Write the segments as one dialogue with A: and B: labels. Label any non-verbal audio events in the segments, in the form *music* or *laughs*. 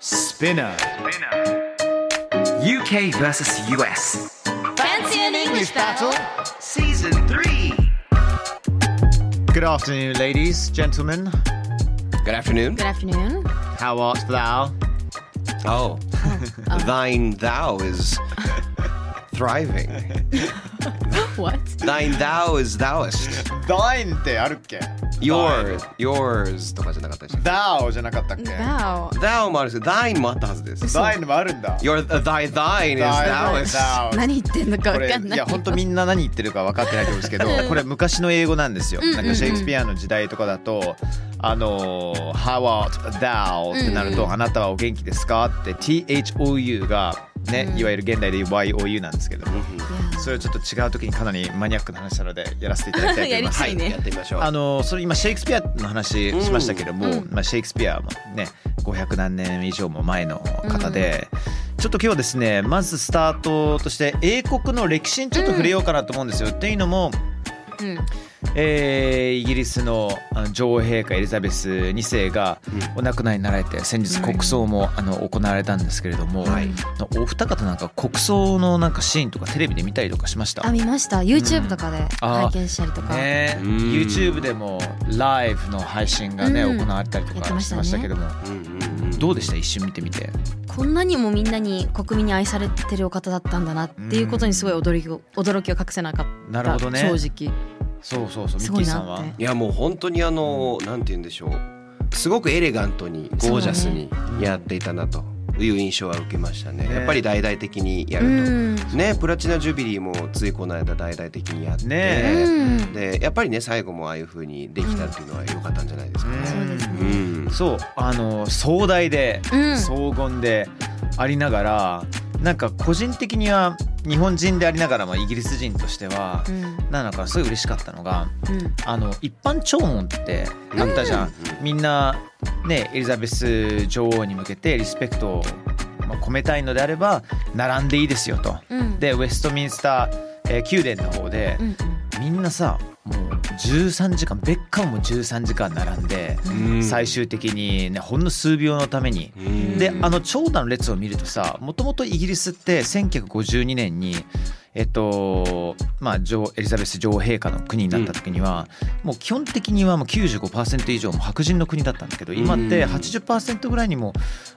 A: Spinner.
B: UK versus US.
C: Fancy an English battle?
B: Season 3.
A: Good afternoon, ladies, gentlemen.
D: Good afternoon.
C: Good afternoon.
A: How art thou?
D: Oh, thine thou is thriving.
C: What?
D: Thine thou is thouest.
A: Thine ってあるっけ
D: Your, yours とかじゃなかったでしたっ
A: Thou じゃなかったっけ
C: Wow.
D: け Thou もあるし、thine もあったはずです。
A: Thine もあるんだ。
D: Your, thy, thine
A: Thine
D: is thouest.
A: thou
C: 何言ってんのか
A: こ
C: 分
A: れ
C: かん
A: い
C: ない
A: や本当みんな何言ってるか分かってないと思うんですけどこれ昔の英語なんですよ、なんかシェイクスピアの時代とかだと「あのー How art thou?」ってなると「あなたはお元気ですか?」って THOU がね、いわゆる現代でいう YOU なんですけども、それをちょっと違う時にかなりマニアックな話なのでやらせていただきたいと思います。
C: やりたいね
D: *laughs* やってみましょう。
A: あのそれ今シェイクスピアの話しましたけども、まあ、シェイクスピアもね500何年以上も前の方で、ちょっと今日ですねまずスタートとして英国の歴史にちょっと触れようかなと思うんですよ。っていうのも、
C: うん
A: えーイギリスのあの女王陛下エリザベス2世がお亡くなりになられて先日国葬もあの行われたんですけれども、お二方なんか国葬のなんかシーンとかテレビで見たりとかしました
C: あ見ました YouTube とかで
A: あ
C: 拝見したりとか、
A: ね、
D: うん
A: YouTube でもライブの配信がね、
C: うん
A: 行われたりとか
C: やってまし
A: したて
C: ね
A: ましたけども、
D: うんうんうん
A: どうでした一瞬見てみて
C: こんなにもみんなに国民に愛されてるお方だったんだなっていうことにすごい驚きを驚きを隠せなかった
A: なるほどね
C: 正直
A: そうそうそうミ
C: す
A: ッ
C: ご
A: キ
C: い
A: ーさん
C: な
A: は
C: っ
D: い
C: て
D: やもう本当にあのなんて言うんでしょうすごくエレガントにゴージャスにやっていたなという印象は受けましたね
A: ね
D: やっぱり大々的にや
C: う
D: る
C: ん
D: と。ねプラチナ・ジュビリーもついこの間大々的にやって、
A: ね
C: うん
D: でやっぱりね最後もああいう風にできたっていうのは良かったんじゃないですかね。
C: そうですね
D: うん
A: そうあの壮大で、
C: うん
A: 荘厳でありながらなんか個人的には日本人でありながらもイギリス人としては、なんかすごい嬉しかったのが
C: うんうん
A: あの一般弔問ってあったじゃん、みんなねエリザベス女王に向けてリスペクトをまあ込めたいのであれば並んでいいですよと、
C: うん
A: でウェストミンスター、えー宮殿の方で、
C: うん
A: みんなさもう13時間ベッカムも13時間並んで、
D: うん
A: 最終的にねほんの数秒のために。
D: うん
A: であの長蛇の列を見るとさもともとイギリスって1952年に、えっとまあ、女王エリザベス女王陛下の国になった時には、もう基本的にはもう95%以上も白人の国だったんだけど今って
D: うん
A: 80%ぐらいにも、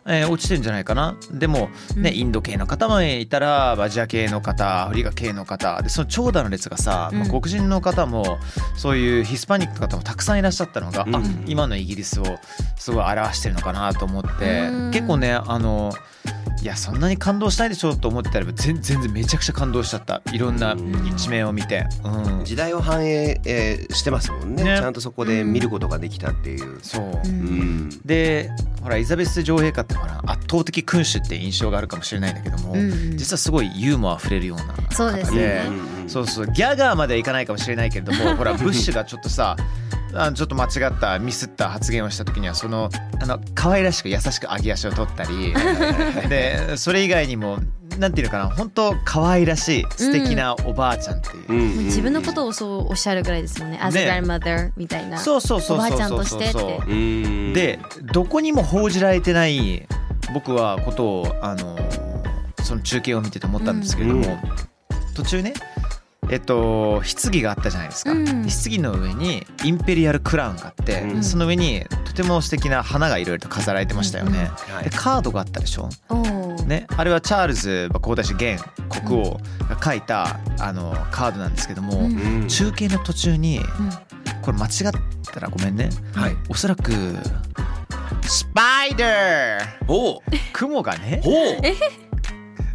A: えー落ちてんじゃないかなでも、ね
C: うん
A: インド系の方もいたらアジア系の方アフリカ系の方でその長蛇の列がさ、まあ
C: うん
A: 黒人の方もそういうヒスパニックの方もたくさんいらっしゃったのが、
D: うん
A: あ今のイギリスをすごい表してるのかなと思って。
C: うん
A: 結構ねあのいやそんなに感動したいでしょと思ってたら全全然めちゃくちゃ感動しちゃったいろんな
D: うん
A: 一面を見て、うん、
D: 時代を反映、えーしてますもんね
A: ね
D: ちゃんとそこで見ることができたっていう。
A: そう
C: う
D: うんん
A: でほらエリザベス女王陛下ってほら圧倒的君主って印象があるかもしれないんだけども、
C: うんうん
A: 実はすごいユーモアあふれるような方で
C: そうですね
D: うんうんうん
A: そうそうギャガーまではいかないかもしれないけれど
D: *laughs*
A: もほらブッシュがちょっとさあのちょっと間違ったミスった発言をした時にはそのあの可愛らしく優しく揚げ足を取った
D: *laughs*
A: りでそれ以外にもなんていうのかな本当可愛らしい素敵なおばあちゃんっていう、
D: うんうん
C: もう自分のことをそうおっしゃるぐらいですもんね「as a
A: ね
C: grandmother」みたいな
A: そうそうそう
C: おばあ
A: そう
C: ちゃん
A: そ
C: と
A: う
C: し
A: そう
C: てって
A: そう
D: うん
A: でどこにも報じられてない僕はことをあのその中継を見てて思ったんですけれども、
D: うん
A: 途中ねえっと棺があったじゃないですか、
C: うん
A: 棺の上にインペリアルクラウンがあって、
D: うん
A: その上にとても素敵な花がいろいろと飾られてましたよね、
D: は
A: で
D: い
A: カードがあったでしょ、
C: おー
A: ね、あれはチャールズまあ皇太子現国王が書いた、あのカードなんですけども、
C: うん
D: うん
A: 中継の途中に
C: うん
A: これ間違ったらごめんね、
D: はい
A: おそらくスパイダー
D: おう
A: 雲がね
D: おう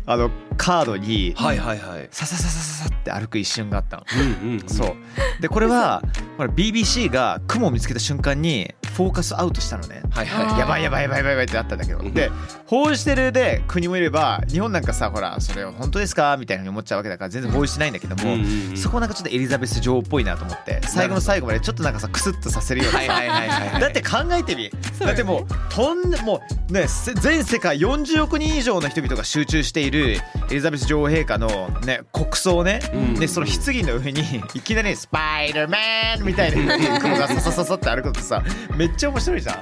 A: あのカードに
D: はいはいはい。
A: さささささって歩く一瞬があったの、
D: うんうんうん
A: そうでこれはほら BBC が雲を見つけた瞬間にフフォーカスアウトしたのね
D: はい
C: あー
D: は
A: やばいやばいやばいやばいやばいってなったんだけど
D: うん
A: で報じてるで国もいれば日本なんかさほらそれ本当ですかみたいに思っちゃうわけだから全然報じてないんだけど
D: い。
A: も、
D: うんうんうん
A: そこなんかちょっとエリザベス女王っぽいなと思って最後の最後までちょっとなんかさクスッとさせるような
D: はいはいはいはいは
A: *laughs*
D: い。
A: だって考えてみ、だってもうとんでもうねせ全世界40億人以上の人々が集中しているエリザベス女王陛下のね国葬ね、
D: うん
A: でその棺の上に *laughs* いきなり「スパイダーマン!」みたい
D: *laughs*
A: な雲がささささって歩くとさめっちゃ面白いじゃ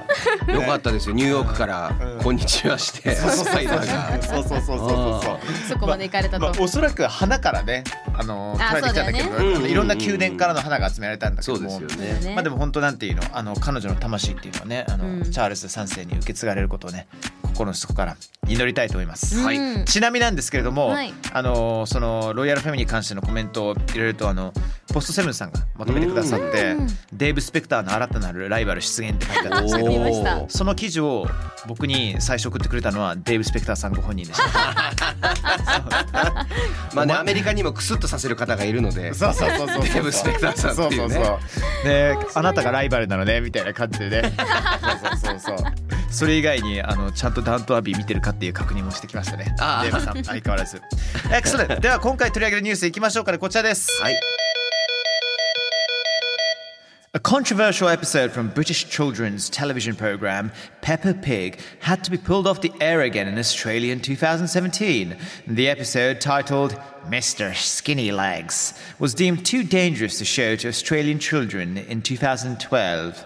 A: ん。
D: よかったですよニューヨークから
A: うん
D: こんにちはしてスパイダーが
A: そうそうそうそうそうそう。
C: そこまで行かれたと
A: まあ、おそらく花からね、あのー、
C: あ
A: 取られてきたん
C: そう
A: だけど
C: だ
D: よね
A: いろんな宮殿からの花が集められたんだけ
D: そ
A: ど
D: うで
A: も
D: すよね
A: まあでも本当なんていうのあの彼女の魂っていうのはねあの、
C: うん
A: チャールズ3世に受け継がれることをね心の底から祈りたいと思います、
C: はい
A: ちなみなんですけれども、
C: はい
A: あのそのロイヤルファミリーに関してのコメントを入れるとあのポストセブンさんがまとめてくださって、
E: うん
A: デーブ・スペクターの新たなるライバル出現って書いてあったんですけ
C: お
A: ど
C: ー見ました
A: その記事を僕に最初送ってくれたのはデーブ・スペクターさんご本人でした
D: ま
A: お
D: あね
A: 前
D: アメリカにもクスッとさせる方がいるので
A: そうそうそうそう
D: デーブスペクターさんっていうね
A: そうそうそうであなたがライバルなのねみたいな感じでねそうそうそうそうそれ以外にあのちゃんとダウントアビー見てるかっていう確認もしてきましたね
D: あ
A: デ
D: ー
A: ーブさん相変わらずエクセレントでは今回取り上げるニュースいきましょうからこちらです
D: はい
A: A controversial episode from British children's television program Peppa Pig had to be pulled off the air again in Australia in 2017. The episode, titled Mr. Skinny Legs, was deemed too dangerous to show to Australian children in 2012.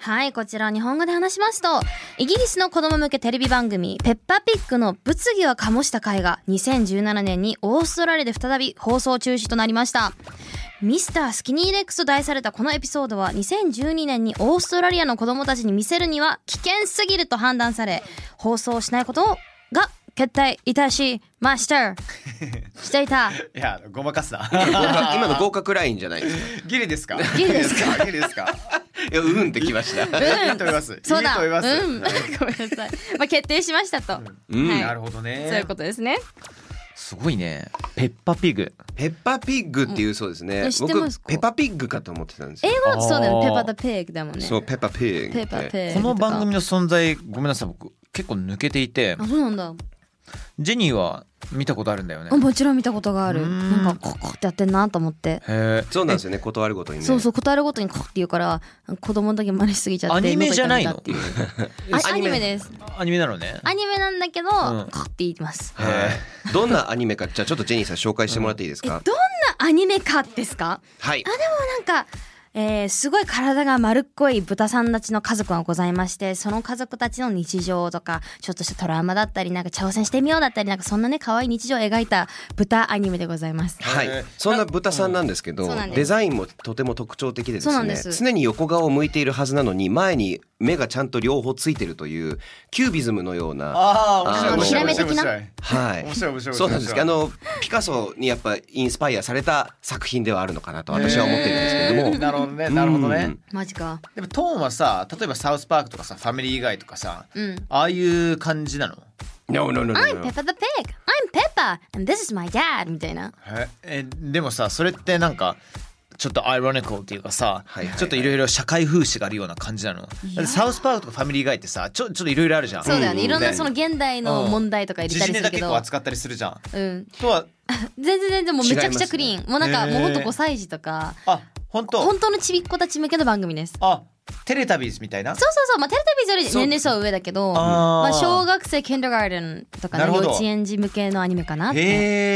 C: はい、こちら日本語で話しますと、イギリスの子供向けテレビ番組、ペッパーピッグの物議を醸した回が2017年にオーストラリアで再び放送中止となりました。ミスタースキニーレックスと題されたこのエピソードは2012年にオーストラリアの子供たちに見せるには危険すぎると判断され、放送しないことが決定いたしま
A: *laughs*
C: した。していた。
D: 合格今の合格ラインじゃないです
C: *laughs*
D: か
A: *laughs* ギリですか？ギリですか？
D: いやうんってきました
A: いいと思います。
C: そうだ。うん。ご
A: いいと思います。
C: めんなさい。まあ決定しましたと。
D: うん
C: はい
A: なるほどね。
C: そういうことですね。
A: すごいね。ペッパピグ。
D: ペッパーピッグっていうそうですね
C: え知って
D: 僕
C: ますか
D: ペッパーピッグかと思ってたんです
C: 英
D: よ
C: 語だとそうだよね。
A: あ
C: ペ
A: ー
C: パダペグだもんね。
D: そうペッパーピッグ
C: ペ
D: っ
C: ーパー
D: て
C: ペー
A: この番組の存在ごめんなさい僕結構抜けていて
C: あそうなんだ
A: ジェニーは見たことあるんだよね
C: あもちろん見たことがある
A: うーん
C: なんかココってやってんなと思って
A: へえ
D: そうなんですよね断るごとにね
C: そうそう断るごとにコって言うから子供の時真似しすぎちゃって
A: アニメじゃないの
C: 喉痛めたっていうあアニメです
A: アニメなのね
C: アニメなんだけど
A: ん
C: コって言います
D: はいどんなアニメかじゃあちょっとジェニーさん紹介してもらっていいです
C: えどん
D: か
C: なアニメかですか
D: はい
C: なんか、えーすごい体が丸っこい豚さんたちの家族がございましてその家族たちの日常とかちょっとしたトラウマだったりなんか挑戦してみようだったりなんかそんなね可愛い日常を描いた豚アニメでございます
D: はい
A: えー、
D: そんな豚さんなんですけど、
C: そうなんです
D: デザインもとても特徴的でで
C: そうな
D: す
C: ん
D: ね
C: です
D: 常に横顔を向いているはずなのに前に目がちゃんと両方ついてるというキュービズムのような
A: あ
D: ー面白い面
C: 白い面白
A: い
D: はい
A: 面白い面白い
D: そうなんですあのピカソにやっぱインスパイアされた作品ではあるのかなと私は思ってるんですけれども、
A: なるほどねなるほど
D: う
A: ね
D: ん
C: マジか
A: でもトーンはさ例えばサウスパークとかさファミリー以外とかさ
C: うん
A: ああいう感じなの
D: No, no, no, no,
C: I'm
D: no.
C: Peppa the Pig. I'm Peppa, and this is my dad. みたいな。
A: えでもさそれってなんかちょっとアイロニコルっていうかさ、
D: はいはいはい
A: ちょっといろいろ社会風刺があるような感じなのだってサウスパークとかファミリー以外ってさちょちょっといろいろあるじゃん
C: そうだよね。いろんなその
A: ね
C: 現代の問題とか入れたりするけ
A: 時事ネタ結
C: ど。
A: 構
C: うん。
A: 扱ったりするじゃん
C: 全
A: とは
C: 然 *laughs* 全然もうめちゃくちゃクリーン。もうなんか
A: へー
C: もうほんと5歳児とか、
A: あ本当
C: 本当のちびっ子たち向けの番組です。そ
A: あテレタビーズみたいな
C: うそうそう。まあテレビより年齢層は上だけど、
A: あー
C: まあ小学生、キンダーガーデンとか
A: なる
C: ね、
A: ほ
C: 幼
A: ど
C: 稚園児向けのアニメかなって。
A: へ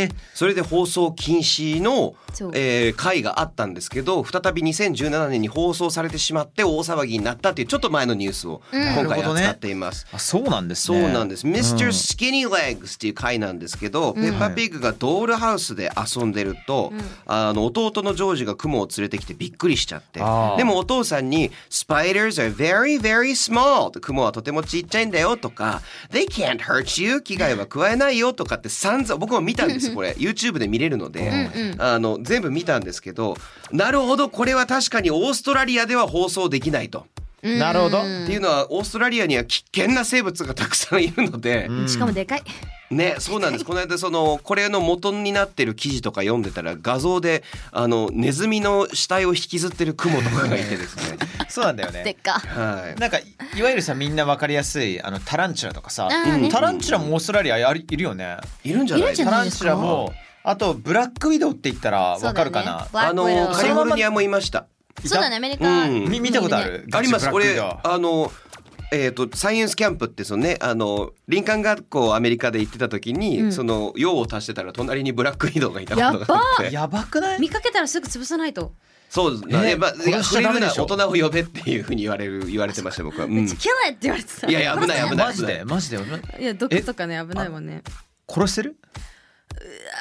A: え
D: それで放送禁止の
C: そう、
D: えー回があったんですけど再び2017年に放送されてしまって大騒ぎになったっていうちょっと前のニュースを
C: うん
D: 今
A: な
D: 回
A: るほどね
D: 扱っています。
A: あそうなんです
D: そ
A: ね
D: うなんです。Mr.
A: ん
D: Skinny Legs っていう回なんですけど、ペッパーピッグがドールハウスで遊んでると、あの弟のジョージがクモを連れてきてびっくりしちゃって
A: あー、
D: でもお父さんに Spiders are very very small とクモはとてもちっちゃいんだよとか、They can't hurt you 危害は加えないよとかって散々僕も見たん
A: *laughs*
D: ですこれ YouTube で見れるので、あの全部見たんですけど、なるほどこれは確かにオーストラリアでは放送できないと。
A: なるほど
D: っていうのはオーストラリアには危険な生物がたくさんいるので、
C: しかもでかい。
D: ね、そうなんです。この間そのこれの元になってる記事とか読んでたら画像であのネズミの死体を引きずってるクモとかがいてですね。
A: そうなんだよね
C: でっか。
D: はい。
A: なんかいいわゆるさみんなわかりやすいあのタランチュラとかさ
C: あーね
A: タランチュラもオーストラリアありいるよね
D: いるんじゃない
C: るんじゃ
A: タ
C: ない
A: ランチュラもあとブラックウィドウって言ったらわかるかな、
C: あ
D: あの
C: の
D: カリフォルニアもいました。
A: いた
C: そうだねアメリカ、
D: うん
A: み見たことある
D: ありま
A: ブ
D: す。
A: ラックウィ
D: 俺
A: ドウ
D: あのえっ、とサイエンスキャンプってそのねあの林間学校アメリカで行ってた時に、
C: うん
D: その用を足してたら隣にブラック移動がいたことがあって。
A: やばくない
C: 見かけたらすぐ潰さないと。
D: そうだね。
A: ね
D: まあ
A: 殺しち
D: 触
A: ゃ
D: れ
A: ダ
D: る
A: メで
D: な
A: し
D: 大
A: ょ
D: 人を呼べっていうふうに言われる言われて
A: *laughs*
D: ました僕は。うん
C: めっちゃキャラって言われてた。
D: いやいや危ない危ない
A: マジでマジで俺
C: いや毒とかね危ないもんね。
A: 殺してる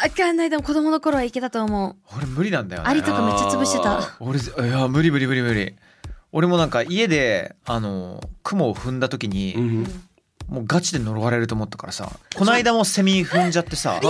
C: あかんないでも子供の頃はいけたと思う。
A: 俺無理なんだよね
C: アリとかめっちゃ潰して
D: あ
C: た。
A: 俺いや無理無理無理無理俺もなんか家であの雲を踏んだ時に、
D: うん
A: もうガチで呪われると思ったからさこの間もセミ踏んじゃってさ
D: はい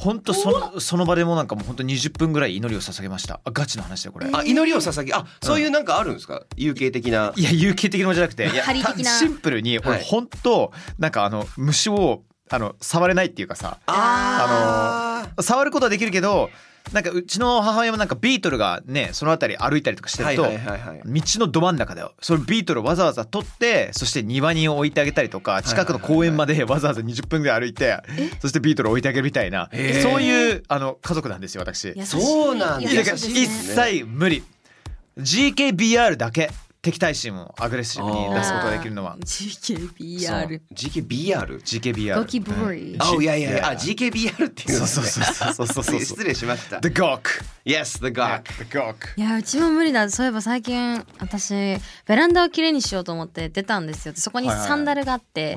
A: ほんとそのその場でもうなんかもうほんと20分ぐらい祈りを捧げましたあガチの話だよこれ、
D: あ祈りを捧げあそういうなんかあるんですか有形的ない
A: や有形的なものじゃなくていや
C: 針的な
A: シンプルに
D: は
A: 俺
D: い
A: ほんとなんかあの虫をあの触れないっていうかさ
D: あー
A: 触ることはできるけどなんかうちの母親もなんかビートルがねその辺り歩いたりとかして
D: は
A: る
D: い
A: と、
D: はいはいはい
A: 道のど真ん中だよそのビートルをわざわざ取ってそして庭に置いてあげたりとか近くの公園まで *laughs* わざわざ20分ぐらい歩いてそしてビートルを置いてあげるみたいな
D: へー
A: そういうあの家族なんですよ私。
C: 優しい
D: そうなんだ
A: だから
C: 優しい
A: 一
C: ですね
A: 切無理 GKBR だけ敵対心をアグレッシブに出すことができるのは
C: GKBR。
D: GKBR
A: GKBR
C: ゴキブリ。
D: あいやいやいやあ
A: G-
D: GKBR っていうの
A: そう
D: ね
A: そうそうそうそうそう
D: 失礼しました
A: The Gawk
D: Yes the
A: Yeah, The
D: God
A: Gawk
C: いやうちも無理だそういえば最近私ベランダをきれいにしようと思って出たんですよそこに
A: はいはいはい
C: サンダルがあって、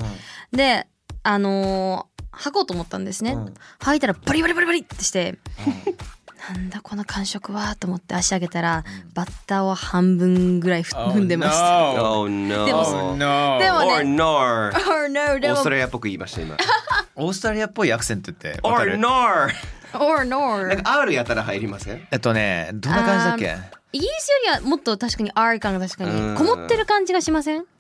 C: であのー履こうと思ったんですね、
A: うん
C: 履いたらバリバリバリバリってして、なんだこの感触はと思って足上げたらバッタを半分ぐらいふ踏んでました。
A: た
D: Oh no
C: でも
A: Oh no
C: でも
D: Or nor
C: Or *laughs* no,
D: オ
C: で
D: ー
C: も
D: ストラリアっぽく言いました今
A: オーストラリアっぽいアクセントって *laughs* わか
D: Or
A: る *laughs*
D: nor
C: Or no.
D: なんか R やたら入りません
A: えっとねどんな感じだっけ
C: イギリスよりはもっと確かに R 感が確か
D: うん
C: にこもってる感じがしません *laughs*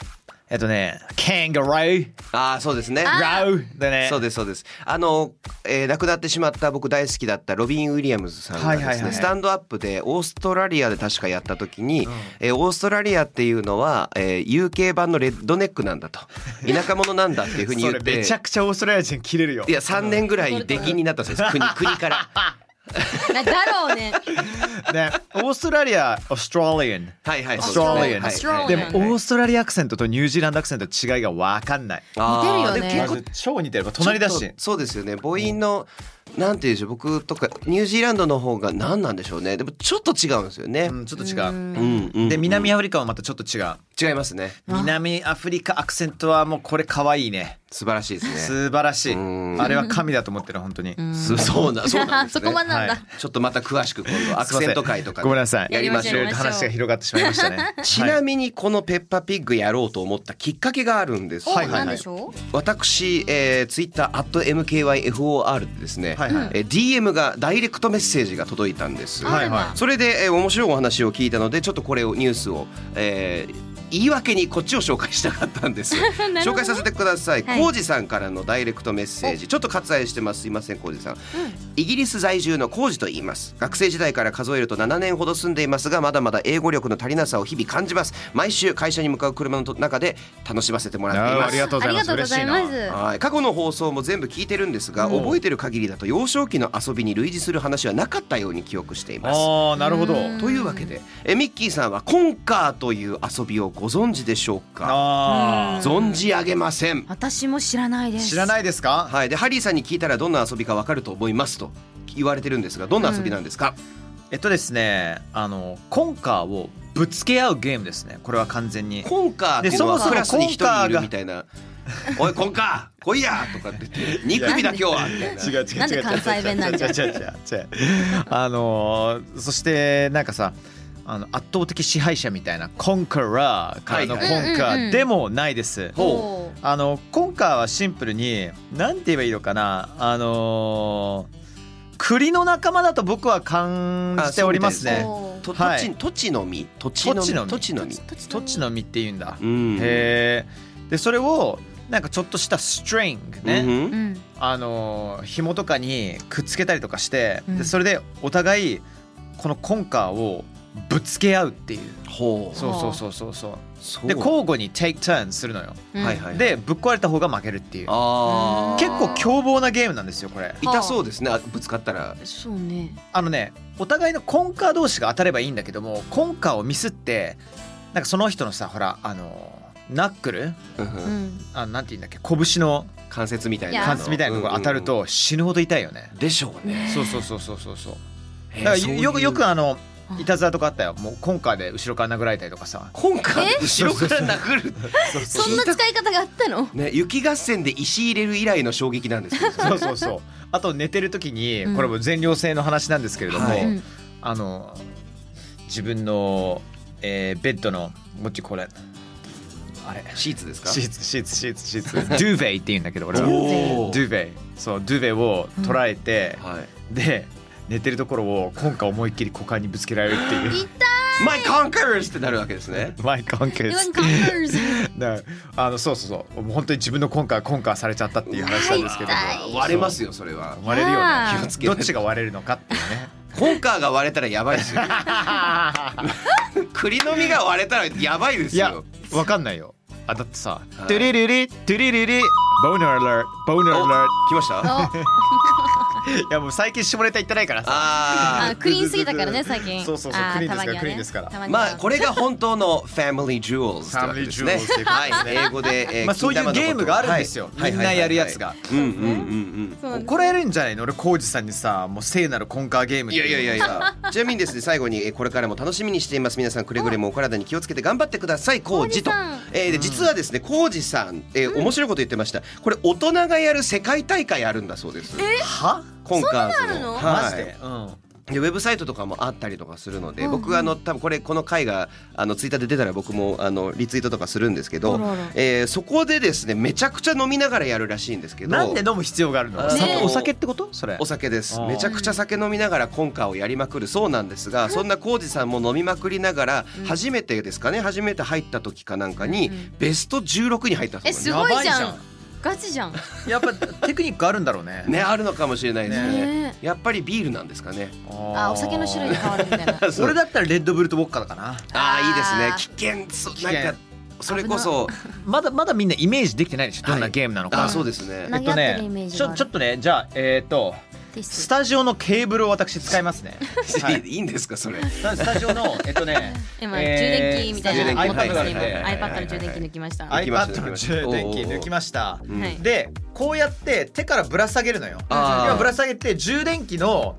A: えっとね Kangaroo
D: ああそうですね
A: Row だね
D: そうですそうですあの、えー亡くなってしまった僕大好きだったロビン・ウィリアムズさんがですね、
A: はいはいはい
D: スタンドアップでオーストラリアで確かやった時に、えーオーストラリアっていうのは、えー UK 版のレッドネックなんだと
A: *laughs*
D: 田舎者なんだっていうふうに言
A: そ
D: っ
A: れ
D: て
A: めちゃくちゃオーストラリア人切れるよ
D: いや3年ぐらい出禁になったそうです国 *laughs* 国から。
C: なだろうね
A: ねオーストラリア Australian
D: は
A: *laughs*
D: いはい、
A: Australian
D: そう
A: でも
D: ですねはいは
C: は
D: い
C: い
A: オーストラリアアクセントとニュージーランドアクセントの違いが分かんない
D: あ
C: 似
D: ー
C: てるよね
D: でも
A: マ
D: 結構
A: ジで超似てる隣だ
D: ちょ
A: し
D: っとそうですよね母音の、なんていうんでしょう僕とかニュージーランドの方が何なんでしょうねでもちょっと違うんですよね、
A: うんちょっと違
D: うんうんう
A: うんで南アフリカはまたちょっと違う
D: 違いますね
A: 南アフリカアクセントはもうこれ可愛いね
D: 素晴らしいですね
A: 素晴らしい
D: うん
A: あれは神だと思ってる本当に
D: す *laughs* そうなそうなんです、
C: *laughs* そ
D: ね、
C: こまでなんだ、
A: はい
D: ちょっとまた詳しく今度ア
A: す
D: ク
A: いません
D: セント会とかで
A: ごめんなさい
D: やりましょ
C: や
D: う
C: りましょう
A: 話が広がってしまいました
D: *laughs*
A: ね
D: ちなみにこのペッパーピッグやろうと思ったきっかけがあるんです、
C: お
A: はいはいはい
C: なんでしょう
D: 私、えー、ツイッター @mkyfor でですね、
A: はいはい
D: えー DM がダイレクトメッセージが届いたんです、
A: はいは
D: それで、えー面白いお話を聞いたのでちょっとこれをニュースを、えー言い訳にこっちを紹介したかったんです
C: *laughs*
D: 紹介させてください
C: はい
D: 浩二さんからのダイレクトメッセージちょっと割愛してますすいません浩二さん、イギリス在住の浩二と言います学生時代から数えると7年ほど住んでいますがまだまだ英語力の足りなさを日々感じます毎週会社に向かう車の中で楽しませてもらって
A: あ
D: い
A: あ
D: ま
A: り
D: す
A: がとうご
C: あ
A: ざい
C: り
A: ま
C: が
A: す
C: とうご
A: 嬉し
C: ざ
A: い
C: い
A: な
C: ます
D: はい、過去の放送も全部聞いてるんですが覚えてる限りだと幼少期の遊びに類似する話はなかったように記憶しています
A: ああなるほど
D: というわけでえミッキーさんはコンカーという遊びをご存知でしょうか
A: ああ
D: 存じ上げません
C: 私も知らないです
A: 知らないいですか
D: はいでハリーさんに聞いたらどんな遊びかわかると思いますと言われてるんですがどんな遊びなんですか、
A: えっとですねあのコンカーをぶつけ合うゲームですねこれは完全に
D: コンカーっていうのは
A: でそもそも
D: クラスに一人い
A: コンカー
D: る
A: が
D: みたいな「おいコンカー来いや!」とかって言って「2組だ今日は」みたいな
A: 違う違う違う
C: なんで関西弁なんじゃん
A: 違う違う違う違う *laughs* あのーそしてなんかさあの圧倒的支配者みたいなコンカラーからのコン
D: は
A: カ
D: いはい
C: うんうんう
A: ー
C: ん
A: でもないです、
D: ほ
A: あのコンカーはシンプルになんて言えばいいのかなあのー栗の仲間だと僕は感じております
D: う
A: ね
D: と
A: は
D: 土
A: い
D: 地土地の実土地の
A: 土地の
D: 実
A: 実ト
D: 土地の実
A: チの実って言うんだ、
D: うん
A: へえでそれをなんかちょっとしたストリングね、
D: うん
C: うん
A: あのー紐とかにくっつけたりとかして、でそれでお互いこのコンカーをぶつけ合うっていう
D: ほう
A: そうそうそうそうそう
D: そう
A: で交互に take turn するのよ
C: うん
D: はいはい
A: でぶっ壊れた方が負けるっていう
D: あー
A: 結構凶暴なゲームなんですよこれ
D: 痛そうですねあぶつかったら
C: そうね
A: あのねお互いのコンカー同士が当たればいいんだけどもコンカーをミスってなんかその人のさほらあのーナックル
D: うんう
C: うんん
A: あのなんて言うんだっけ拳の
D: 関節みたい
C: い
D: な
C: や
A: 関節みたいなところ当たる
D: うんうん
A: と死ぬほど痛いよね
D: うんでしょうね
A: そうそうそうそうそうそう
D: へー
A: だから
D: そういう
A: よくよくあ
C: あ
A: のいたずらとかあったよもう今回で後ろから殴られたりとかさ
D: 今回後ろから殴る
C: そんな使い方があったの
D: ね雪合戦で石入れる以来の衝撃なんですけど
A: そうそうそうあと寝てる時に
C: うん
A: これも全寮制の話なんですけれども、
D: はい
C: うん
A: あの自分の、えーベッドのもっちこれあれ
D: シーツですか
A: シーツシーツシーツシーツド *laughs* ゥーベイって言うんだけど俺はド
D: お
A: ゥ
D: ー
A: ーベイそうドゥーベイを捉えて、
D: はい
A: で寝てるところを今回思いっきり股間にぶつけられるっていう
D: My conquerors ってなるわけですね
A: マイ関係で
C: You
A: す
C: and conquerors
A: だからあのそうそうそうもう本当に自分の今回今回されちゃったっていう話なんですけど
C: 痛い
D: 割れますよそれは
A: 割れるよ
C: あー
A: ね
D: 気をつけ
A: ど
D: て
A: っちが割れるのかっていうね
D: コンカーが割れたらやばいで
A: *laughs*
D: すよ栗の実が割れたらやばいです
A: いや
D: よ
A: わかんないよあだってさ「
D: はい
A: トゥリリリトゥリリリボーナーアラートボーナーアラー
D: 来ました
C: あ
A: ト」いやもう最近下ネタ言ってないからさ
C: あ
D: あ
C: クリーンすぎたからね最近
A: そうそうそう
C: あー
A: クリーンですから
C: たまにはねたま
A: クリーンですから
D: ー
C: には
D: まあこれが本当の Family Jewels ってわけですね
A: Family Jewels っていうことです
D: はい英語でえー
A: まあそういう
D: 金玉のこと
A: ゲームがあるんですよ
D: はいはい
A: みんなやるやつが
D: はいはいはいうんうんうん
C: そうね
A: 怒られるんじゃないの俺浩二さんにさもう聖なるコンカーゲー
D: う
A: ム
D: んいやいやいやいやちなみにですね最後にえーこれからも楽しみにしています皆さんくれぐれもお体に気をつけて頑張ってくださいコージと
C: コージさ
D: えーで実はですねコージさんえー面白いこと言ってましたこれ大人がやる世界大会あるんだそうです
A: は
D: コンカーズ
C: そんなの
D: の
C: あ
D: はい
A: マジでうん
D: でウェブサイトとかもあったりとかするので、
C: うん
D: 僕あの多分これこの回があのツイッターで出たら僕もあのリツイートとかするんですけど
C: あらあら
D: えーそこでですねめちゃくちゃ飲みながらやるらしいんですけど
A: なんで飲む必要があるの
D: ね
A: お酒
D: ね
A: お酒ってことそれ
D: お酒で
A: あ
D: す
A: ー
D: めちゃくちゃ酒飲みながらコンカをやりまくるそうなんですがそんな浩二さんも飲みまくりながら初めてですかね初めて入った時かなんかに
C: うん
D: ベスト16に入ったそうなんです
C: す
D: よ
C: ごいじゃん
A: やば
C: ガチじゃん
A: やっぱテクニックあるんだろうね
D: ねあるのかもしれないですね
C: ね
D: やっぱりビールなんですかね
C: あお酒の種類が変わるみたいな
D: そう
A: 俺だったらレッドブルとウォッカだかな
D: *laughs* あ
C: あー
D: ーいいですね危険そう
A: 危険
D: なんかそれこそ
A: まだまだみんなイメージできてないでしょどん
D: は
A: ないゲームなのか、
D: あそうですね
C: な
A: えっと
C: 投げ合ってるイメー
A: ね
C: ジ
A: ち
C: がある
A: ょちょっとねじゃあえっ、と
C: で
A: ス
C: す
A: タジオのケーブルを私使い
D: *laughs*
A: ますねはい
D: い、いんですかそれ。
A: スタジオのえっと
D: *laughs*
A: ね
C: 今充
A: えー
C: 電器みた
D: 充
C: い
D: 電器
C: な持ってます
D: は
C: 今
D: いはいはいはいはい
C: iPad の充電器抜きました
D: い抜きまし
A: iPad
D: た
A: の
D: 抜きました
A: 充電器抜きました
D: うん
C: はい
A: でこうやって手からぶら下げるのよ
D: あー
A: 今ぶら下げて充電器の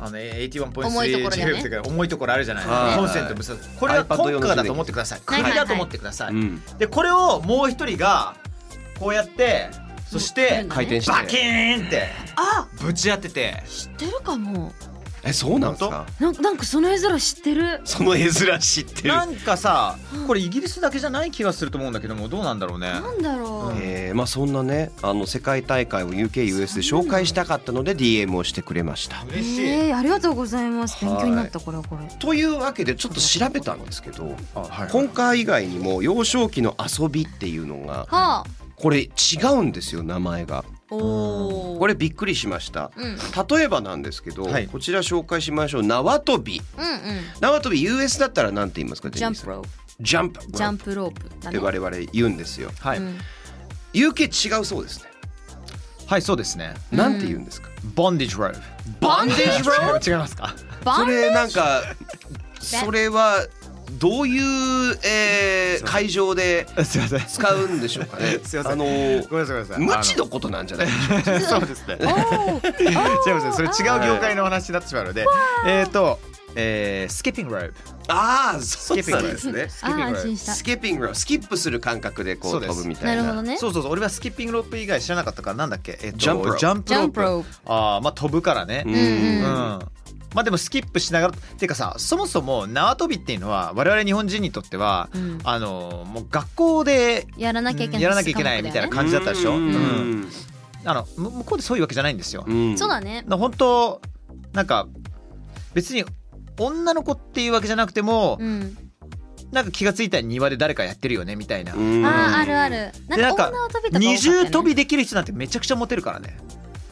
A: あの
C: 重いところだね
A: 81.3GHz とか重いところあるじゃない
D: はい
A: コンセントぶら下げてこれは
D: iPad
A: コ
D: 用
A: ンカ
D: の充
A: ーだ
D: 電器
A: と思ってください
C: はい
A: 首だと思ってください、
D: うん
A: でこれをもう一人がこうやってそして
C: うん
D: 回転して。
A: バキーンってぶち当てて
C: 知ってるかも
D: えそうなんですか。
C: なんかなんかその絵面知ってる
D: その絵面知ってる。
A: なんかさこれイギリスだけじゃない気がすると思うんだけどもどうなんだろうね
C: なんだろう
D: えー、まあそんなねあの世界大会を UKUS で紹介したかったので DM をしてくれました。
A: 嬉い
C: えーありがとうございます勉強になったこれはこれ
D: というわけでちょっと調べたんですけど
A: あはい
D: 今回以外にも幼少期の遊びっていうのが
C: はあ
D: これ違うんですよ名前が
C: おお
D: これびっくりしました
C: うんうんうん
D: 例えばなんですけど、
A: はい
D: こちら紹介しましょう縄跳び縄跳び US だったらなんて言いますか
C: ジャン
D: ジ
C: プロープ
D: ャンプ
C: ジャンプロープだ
D: っ
C: ね
D: て我々言うんですよ。
A: はい、
C: うん
D: UK 違うそうですね。
A: はいそうですね
C: ん
D: なんて言うんですか。
A: ボンディッジローブ
D: バンデージロ
A: *laughs*
D: ー。
A: 違いますか
C: バ
D: そ
C: ン
D: れなんかそれはどういう、えー会場です
A: いません。
D: 使うんでしょうかね
A: すいません
D: あのー
A: ごめんなさいごめんなさい
D: 無知のことなんじゃないでしょうか。 *laughs*
A: あのそうですね
C: おー
A: *laughs* 違いますねそれ違う業界のお話になってしまうのでえっとえースキッピングローブ
D: ああそう
A: スキッピング
D: なんですね。
C: あー安心し
D: スキッピングロースキップする感覚でこ
A: そう
D: う
A: です
D: 飛ぶみた
C: たないる
D: な。
C: ほどね
A: そうそうそう俺はスキッピングロープ以外知らなかったからなんだっけえっと
D: ジャンプロープ
A: ジャンプロ
C: ジャン
A: ー
C: プ
A: プ
C: ロープ
A: ああまあ飛ぶからね
D: う
C: うん
A: うん
D: ん
A: まあでもスキップしながらっていうかさそもそも縄跳びっていうのは我々日本人にとっては
C: うん
A: あのもう学校で
C: やらなきゃいけない
A: やらなきゃいけないみたいな感じだったでしょ
D: うん
A: うんあのむ向こうでそういうわけじゃないんですよ
D: うん
C: そうだね
A: な本当なんか別に女の子っていうわけじゃなくても、
C: うん
A: なんか気がついたら庭で誰かやってるよねみたいな、
D: うん
C: あーあるあるなん
A: でなん
C: か
A: か
C: 女を飛びとか多かったよね
A: 二重跳びできる人なんてめちゃくちゃモテるからね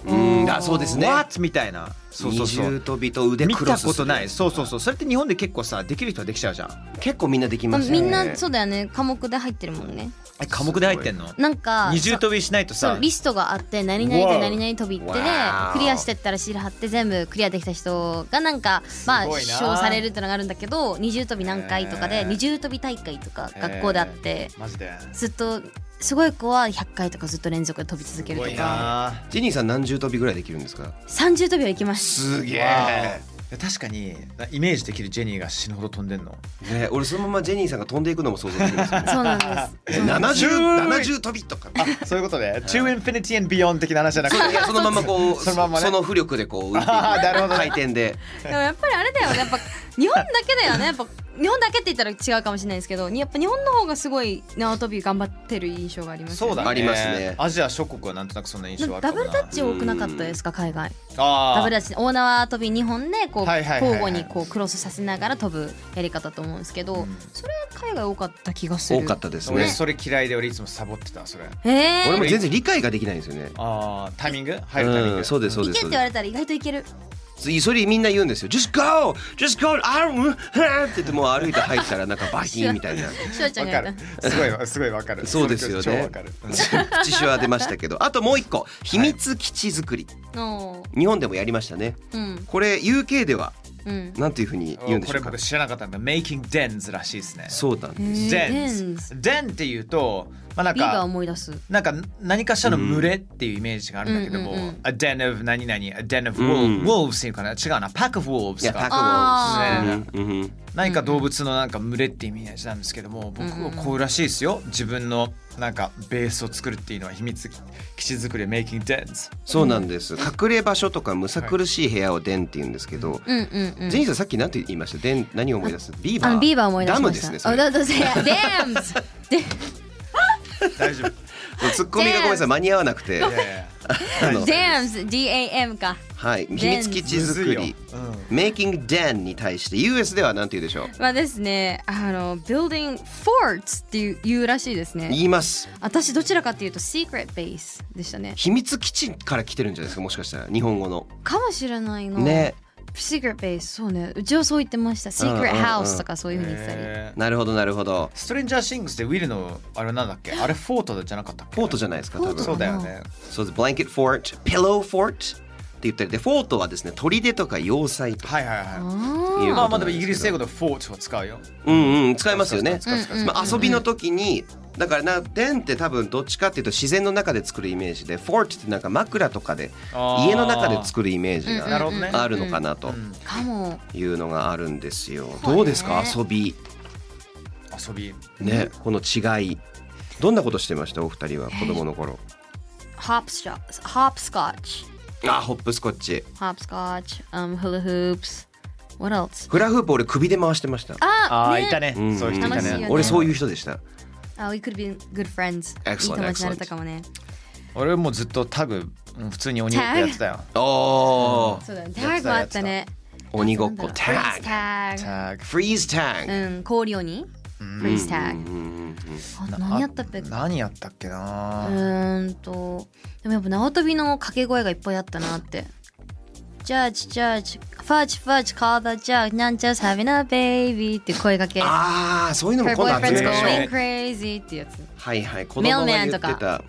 D: うんあそうですね
A: What? みたいなそうそうそ
D: 二重
A: う
D: 跳びと腕
A: 見
D: クロ
A: た
D: スする
A: ことないそうそうそうそれって日本で結構さできる人はできちゃうじゃん
D: 結構みんなでき
C: まあ
D: ますよ
C: み
D: ね
C: んなそうだよね科目で入ってるもんね
A: え科目で入ってんの
C: なんか
A: 二重跳びしないと
C: そう
A: さ
C: そうリストがあって何々
A: わ
C: と
A: お
C: 何々飛びってで
D: わお
C: クリアしてったらシール貼って全部クリアできた人がなんかまあ
A: すごいな
C: 賞されるってのがあるんだけど二重跳び何回とかで二重跳び大会とか学校であって
A: マジで
C: ずっとすごい子は100回とかずっと連続で飛び続けるとか
A: な
D: ジェニーさん何重跳びぐらいできるんですか
C: 30跳びは行きます。
D: す
A: いや確かにイメージできるジェニーが死ぬほど飛んでんの
D: ね、俺そのままジェニーさんが飛んでいくのも想像できるんですよ
C: そうなんです
A: *laughs*
D: え70 70飛びとか。
A: そういうことで To Infinity and Beyond 的な話じゃなくて
D: いやそのままこう
A: *laughs* そのまんまね
D: 浮力でこう浮いていく
A: *laughs* あーなるほど
D: 回転で
C: でもやっぱりあれだよねやっぱ日本だけだよねやっぱ日本だけって言ったら違うかもしれないですけどやっぱ日本の方がすごい縄跳び頑張ってる印象がありますよ
A: そうだね
D: ありますね
A: アジア諸国はなんとなくそんな印
C: な
A: 象
C: ん
A: は
C: か
A: ある
C: ダ
A: かも
C: ブ
A: な
C: ルタッチ多くなかったですか海外ダ
A: あ
C: ブル
A: ー
C: タッチ大縄跳び2本でこう
A: はいはいはいは
C: 交
A: い
C: 互にこうクロスさせながら飛ぶやり方だと思うんですけど、
A: ん
C: それは海外多かった気がする
D: 多かったです
A: 俺
D: ね。
A: それ嫌いで俺いつもサボってたそれ
C: え
D: 俺
C: ー、
D: も全然理解ができないんですよね。
A: ああタイミング入るタイミン
D: う
A: グ
D: ん、そうですそう
C: い
D: で
C: けって
D: すそう
C: 言わ
D: で
C: れたら意外といける
D: す。それみんな言うんですよ。Just go, just go, あうん、 *laughs* って言ってもう歩いて入ったらなんかバキーンみた
C: *laughs*
D: いな。
C: しおちゃん
A: わ
C: が
A: か
C: やった
A: るすごいわすごいわかる
D: そうです
A: れ
D: よね
A: 超わかるうん
D: 口手は出ましたけど、あともう一個秘密基地作り、
C: の
D: 日本でもやりましたね。
C: うん
D: これ UK では
C: うん
D: なんていうふうに言うん
A: こ
D: でしょ
A: れ
D: うか
A: 僕。知らなかったんだ Making Dens らしいですね
D: そうなんです。
C: デン
A: Dens Den っていうとまあなん
C: B が
A: か
C: 思い出す
A: なんか何かしらの群れっていうイメージがあるんだけども、
C: うんうんうん
A: A den of 何々 A den of
D: う
A: wolves、
D: ん
A: wolves っていうかな違うな pack of
D: い
A: wolves
D: やタ
A: か
D: クボ
C: あ
A: ー
D: ーうんうん
A: 何か動物のなんか群れってイメージなんですけども僕はこうらしいですよ自分のなんかベースを作るっていうのは秘密基地作り Making Dens
D: そうなんです。隠れ場所とかむさ苦しい部屋を電って言うんですけど、
C: うんうんうん
D: ジェニーさんさっきなんて言いました？電何を思い出す？ビーバー。
C: あのビーバー思い出し
D: ダム
C: ま
D: で
C: し
D: す
C: た
D: ね。そ
C: あ
D: れ
C: だだだデンズ
A: 大丈夫
D: ツッコミがごめんなさい間に合わなくて、
A: いやいや
D: あの
C: デンズ DAM か
D: はい秘密基地作
A: むずい
D: り
A: よ、う
D: メイキングデンに対して U.S. ではなんて言うでしょう？
C: はですねあの Building Forts っていう言うらしいですね
D: 言います。
C: 私どちらかっていうと Secret Base でしたね
D: 秘密基地から来てるんじゃないですか？もしかしたら日本語の
C: かもしれないな
D: ね。
C: Secret Base そうねうちはそう言ってました
D: うんうん
C: Secret
D: うん
C: House とかそういうふうに言ってたり、
A: えー
D: なるほどなるほど。
A: ストレンジャーシングスでウィルのあれなんだっけあれフォートじゃなかったっけ
D: フォートじゃないですか？
C: フォ
D: 多
C: ート
D: 分。
A: そうだよね
D: そうです。ブランケットフォート、ピローフォートって言ったりで、フォートはですね砦とか要塞とか。
A: はいはいはい
D: いうことなんですけど
A: まあまあでもイギリス英語でフォートは使うよ
D: うんうん使いますよね
A: 使う使う使う。
D: まあ遊びの時にだからなデンって多分どっちかっていうと自然の中で作るイメージでフォートってなんか枕とかで
A: あー
D: 家の中で作るイメージ
A: なるほどね
D: があるのかなと
C: かも
D: いうのがあるんですよ。
C: ね
D: どうですか遊び
A: 遊び
D: ねこの違いどんなことしてましたお二人は子供の頃。
C: ハープスチャハープスコッチ
D: あホップスコッチ
C: ハープスコッチ、um, フルフープス What else?
D: フラフープ俺首で回してました。
C: あ
A: ああ
C: ね
A: いたね
D: ん
A: そういう人いた
C: 楽しいよね
A: ね
D: 俺そういう人でした。
C: あ、We could be good friends
D: Excellent,
C: いい友達になれたかもね
A: 俺もずっとタグうん普通に鬼ってやってたよ
D: おー
C: そうだね
A: た
C: タグもあったね
D: 鬼ごっこ
C: タ
D: タ
C: グ
D: グ
C: タグ
A: タグ
D: フリーズタグ。
C: うん、氷鬼フリーズタグ
D: うんうんうん
C: あ何やったっけ
A: 何やったっけな
C: うーんとでもやっぱ縄跳びの掛け声がいっぱいあったなってジャッジジャッジファッジファッジカーバージャッジなんちゃ s having a baby っていう声掛け
D: ああそういうのも
C: Her
D: 今度集
C: boyfriend's
D: めましょう
C: going crazy っていうやつ
D: はいはい子供が言って
C: メ
D: た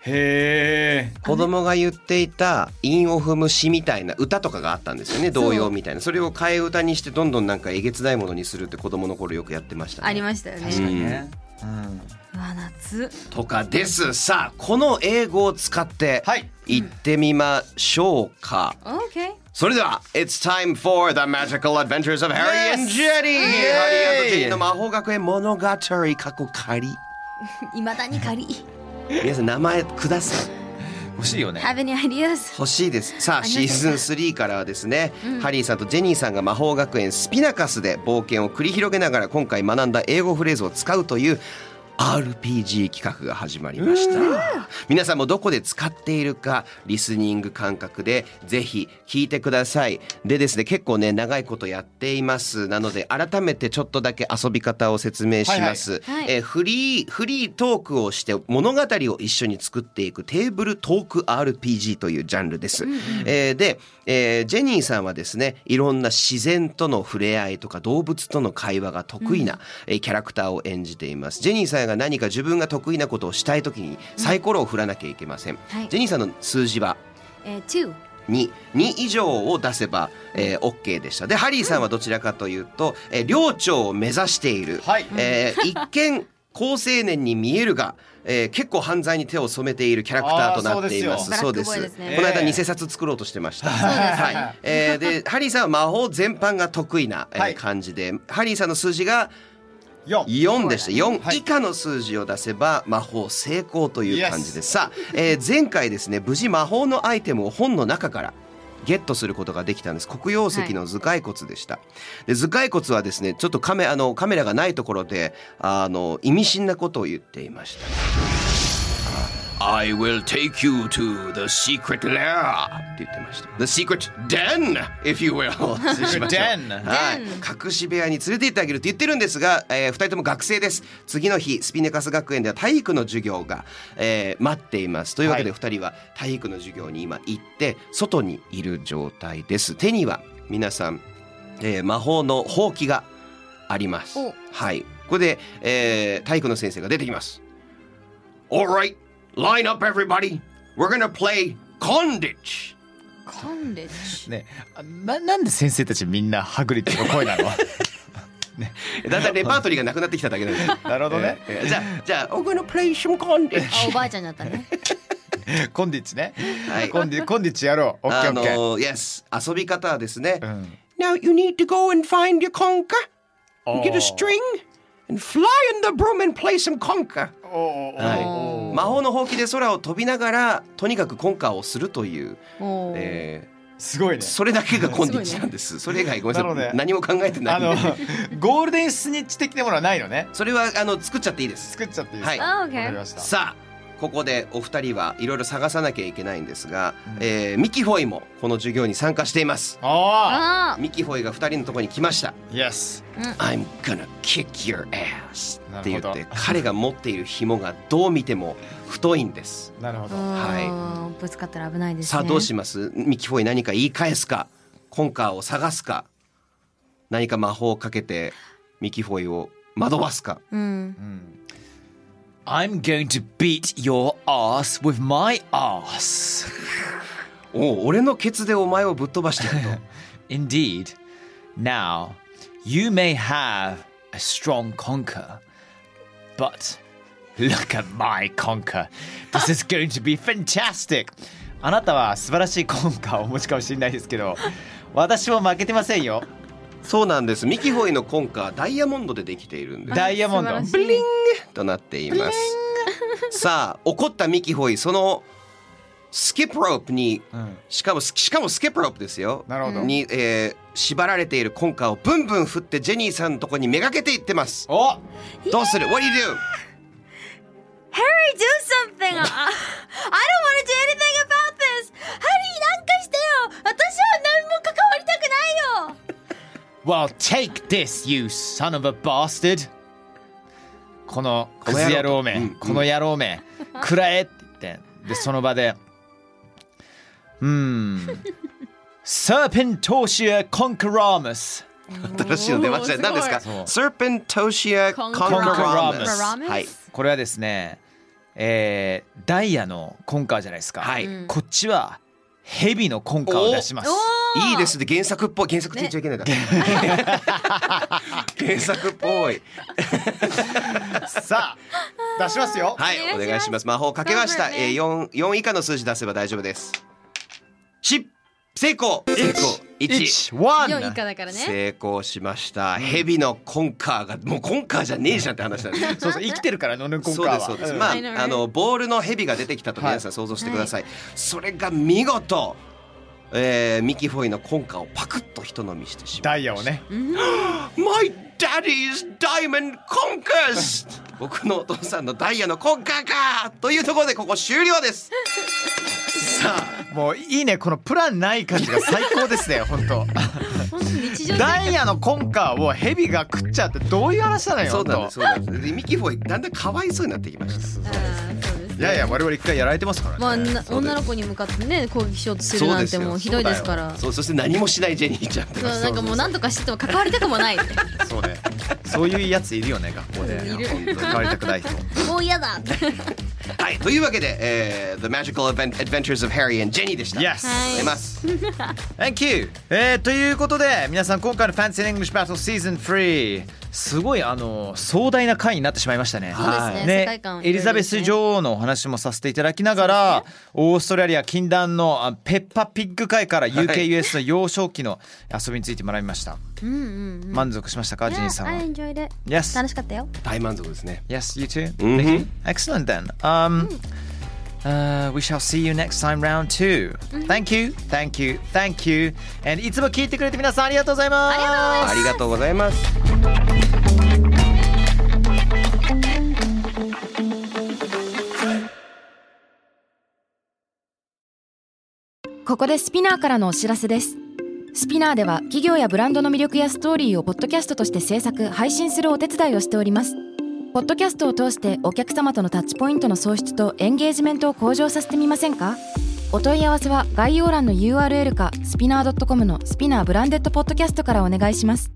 A: へえ
D: 子供が言っていた韻を踏む詩みたいな歌とかがあったんですよね童謡みたいなそれを替え歌にしてどんどんなんかえげつないものにするって子供の頃よくやってました、ね、
C: ありましたよね
D: 確かに
A: ねうん
C: うわ夏
D: とかですさあこの英語を使って
A: はい
D: 行ってみましょうか、
C: OK
D: それでは It's time for the magical adventures of Harry and
A: Yes!
D: Jenny ハリー
A: Yay!
D: ジェニーの魔法学園物語過去仮
C: いまだに仮
D: 皆さん名前ください
A: 欲しいよね
C: Have any ideas?
D: 欲しいです
C: り
D: さあ
C: ま
D: シ
C: せん
D: ー
C: か
D: ズン3からはですね、ハリーさんとジェニーさんが魔法学園スピナカスで冒険を繰り広げながら今回学んだ英語フレーズを使うという RPG 企画が始まりました皆さんもどこで使っているかリスニング感覚でぜひ聞いてくださいでですね結構ね長いことやっていますなので改めてちょっとだけ遊び方を説明します、
C: はいはい
D: えーフリーフリートークをして物語を一緒に作っていくテーブルトーク RPG というジャンルです、えーで、えージェニーさんはですねいろんな自然との触れ合いとか動物との会話が得意な、えーキャラクターを演じていますジェニーさんが何か自分が得意なことをしたい時にサイコロを振らなきゃいけません、
C: はい
D: ジェニーさんの数字は
C: えー、two
D: 2, 2以上を出せば、えー、OK でしたでハリーさんはどちらかというと、えー領長を目指している、
A: はい
D: えー一見好青年に見えるが、えー結構犯罪に手を染めているキャラクターとなっています
C: あー
D: そ
C: そうう
D: で
C: ですすよブラックボーイですね
D: この間偽札作ろうとしてました、
C: そうですね
D: はいえーでハリーさんは魔法全般が得意な、えー
A: はい
D: 感じでハリーさんの数字が
A: 4
D: 4でした
A: は
D: 4
A: い
D: 以下の数字を出せば魔法成功という感じです、さあ、えー前回ですね無事魔法のアイテムを本の中からゲットすることができたんです黒曜石の頭蓋骨でした、で頭蓋骨はですねちょっとカメあのカメラがないところであの意味深なことを言っていました I will take you to the secret lair って言ってました The secret den if you will *laughs* 失礼しました
A: Den
D: はい、隠し部屋に連れて行ってあげるって言ってるんですが、え2人とも学生です次の日スピネカス学園では体育の授業が、えー待っていますというわけで
A: は
D: 2人は体育の授業に今行って外にいる状態です手には皆さん、えー魔法のほうきがあります
C: お
D: はいここで、えー体育の先生が出てきます Alright line up everybody we're gonna play condit
C: カンレッジ
A: ねあななんで先生たちみんなハグリッドの声なの
D: だんだんレパートリーがなくなってきただけなんです
A: なるほどね、
D: えーじゃあ、じゃあ、I'm gonna play some *laughs* condit.
C: あおばあちゃんになったね
A: コンディッチね、
D: はい
A: コンディコンディッチやろうオッケー
D: あ
A: オッケー、
D: のー、yes、遊び方はですね。
A: ん
D: Now you need to go and find your conker.
A: お
D: You
A: ー
D: get a string and fly in the broom and play some conker.
A: おーおー
D: はい、魔法のほうきで空を飛びながらとにかくコンカーをするという、
C: おー
D: え
A: すごいね
D: ーそれだけがコンディッチなんですそれ以外ごめんな
A: なる
D: さ
A: ほ
D: い
A: ど
D: 何も考えてな
A: あの
D: い
A: ゴールデンスニッチ的なものはないのね
D: それはあの作っちゃっていいです
A: 作っちゃっていいですか、
D: は
C: あ
A: わ
C: OK
A: かりました
D: さあここでお二人はいろいろ探さなきゃいけないんですが、えーミキホイもこの授業に参加しています
A: あ
C: あ
D: ミキホイが二人のところに来ました
A: あ Yes
D: 「I'm gonna kick your ass」って言っ
A: な
D: て
A: る
D: 彼が持っている紐がどう見ても太いんです。
A: なるほど
C: はぶつかったら危ないですね
D: さあどうしますミキフォイ何か言い返すかコンカーを探すか何か魔法をかけてミキフォイを惑わすか
C: うん、
A: I'm going to beat your ass with my ass
D: おう俺のケツでお前をぶっ飛ばしてやる
A: Indeed. Now, you may have a strong conquer, but look at my conquer. This is going to be fantastic. あなたは素晴らしいコンカーをお持ちかもしれないですけど、私も負けてませんよ。
D: とそうなんですミキフォイのコンカーダイヤモンドでできているんです
A: ダイヤモン
C: 素
A: ド
C: 晴らし。い
D: ブリンとなっていますさあ怒ったミキホイそのスキップロープに、
A: ん
D: しかもしかもスキップロープですよ
A: なるほど
D: に、えー縛られているコンカーをブンブン振ってジェニーさんのとこにめがけていってます
A: お
D: どうする What do you *laughs* do?
C: Harry do *laughs* something I don't wanna do anything about this Harry なんかしてよ私は何も関わりたくないよ
A: Well, take this, you son of a bastard! このクズ野郎め、この野郎め、くらえって言って、で、その場で、うーん、サーペントーシア・コンカラムス。
D: 新しいの出ましたね何ですか Serpentosia
A: Concoramus
D: concoramus はい
A: これはですね、えー、ダイヤのコンカーじゃないですか。
D: はい
A: こっちは、ヘビのコンカーを出します。
D: いいですね原作っぽい原作って言っちゃいけないだ、 *laughs* 原作っぽい
A: さあ、出しますよ。
D: はい、お願いします。魔法かけました。
C: 頑張る
D: え
C: ね
D: ー、四四以下の数字出せば大丈夫です。し、成功。成功。一。
A: 1、ワ
C: 4以下
A: ン。
C: だからね
D: 成功しました。蛇のコンカーがもうコンカーじゃねえじゃんって話なんですよ。
A: そうそう、生きてるから、ノヌコンカ
D: *laughs* そ
A: ー
D: うで
A: は。
D: すそうです。
A: ん
D: まあ
C: I know, right?
D: あのボールの蛇が出てきたと皆さん想像してください。それが見事、えー、ミキフォイのコンカーをパクッと一飲みしてしまう。
A: ダイヤをね。
D: My Daddy's Diamond Conquest! 僕のお父さんのダイヤのコンカーかというところでここ終了です
A: さあもういいねこのプランない感じが最高で
C: *laughs*
A: すね本当
C: 本当に日常生
A: ダイヤのコンカーをヘビが食っちゃうってどういう話なのよ
D: そうなんです
A: 本
D: そうなんですでミキフォイだんだんかわいそうになってきました
C: 活あーそうです
A: 当いやいや我々一回やられてますからね、
C: まあ、な女の子に向かってね攻撃しようとするなんてもうひどいですから
D: そうそして何もしないジェニーちゃん
C: そうなんかもう何とかしてても関わりたくもない
A: そうねそういうやついるよね学校で
C: うんいる
A: 本当に変わりたくない人
C: もう嫌だ
D: はいというわけで、えー The Magical Advent- Adventures of Harry and Jenny でした
A: Yes
D: ありがとうございます、
C: *laughs*
A: Thank you! えーということで皆さん今回の Fancy in English Battle Season 3すごいあの壮大な回になってしまいましたね。
C: そうですね世界観をいろいろですね
A: エリザベス女王のお話もさせていただきながら、オーストラリア禁断のあペッパーピッグ会から UKUS の幼少期の遊びについて学びました。
C: うんうんうん
A: 満足しましたか、ジニーさんは
C: I。enjoyed it
A: Yes!
C: 楽しかったよ
D: 大満足ですね
A: Yes, you too.
D: Mhm.
A: Nikki? Excellent then. Um, uh, we shall see you next time round two. Thank you, thank you, thank you. And いつも聞いてくれて皆さんありがとうございます。
D: ありがとうございます
E: ここでスピナーからのお知らせです。スピナーでは企業やブランドの魅力やストーリーをポッドキャストとして制作、配信するお手伝いをしております。ポッドキャストを通してお客様とのタッチポイントの創出とエンゲージメントを向上させてみませんかお問い合わせは概要欄の URL かスピナー .com のスピナーブランデッドポッドキャストからお願いします。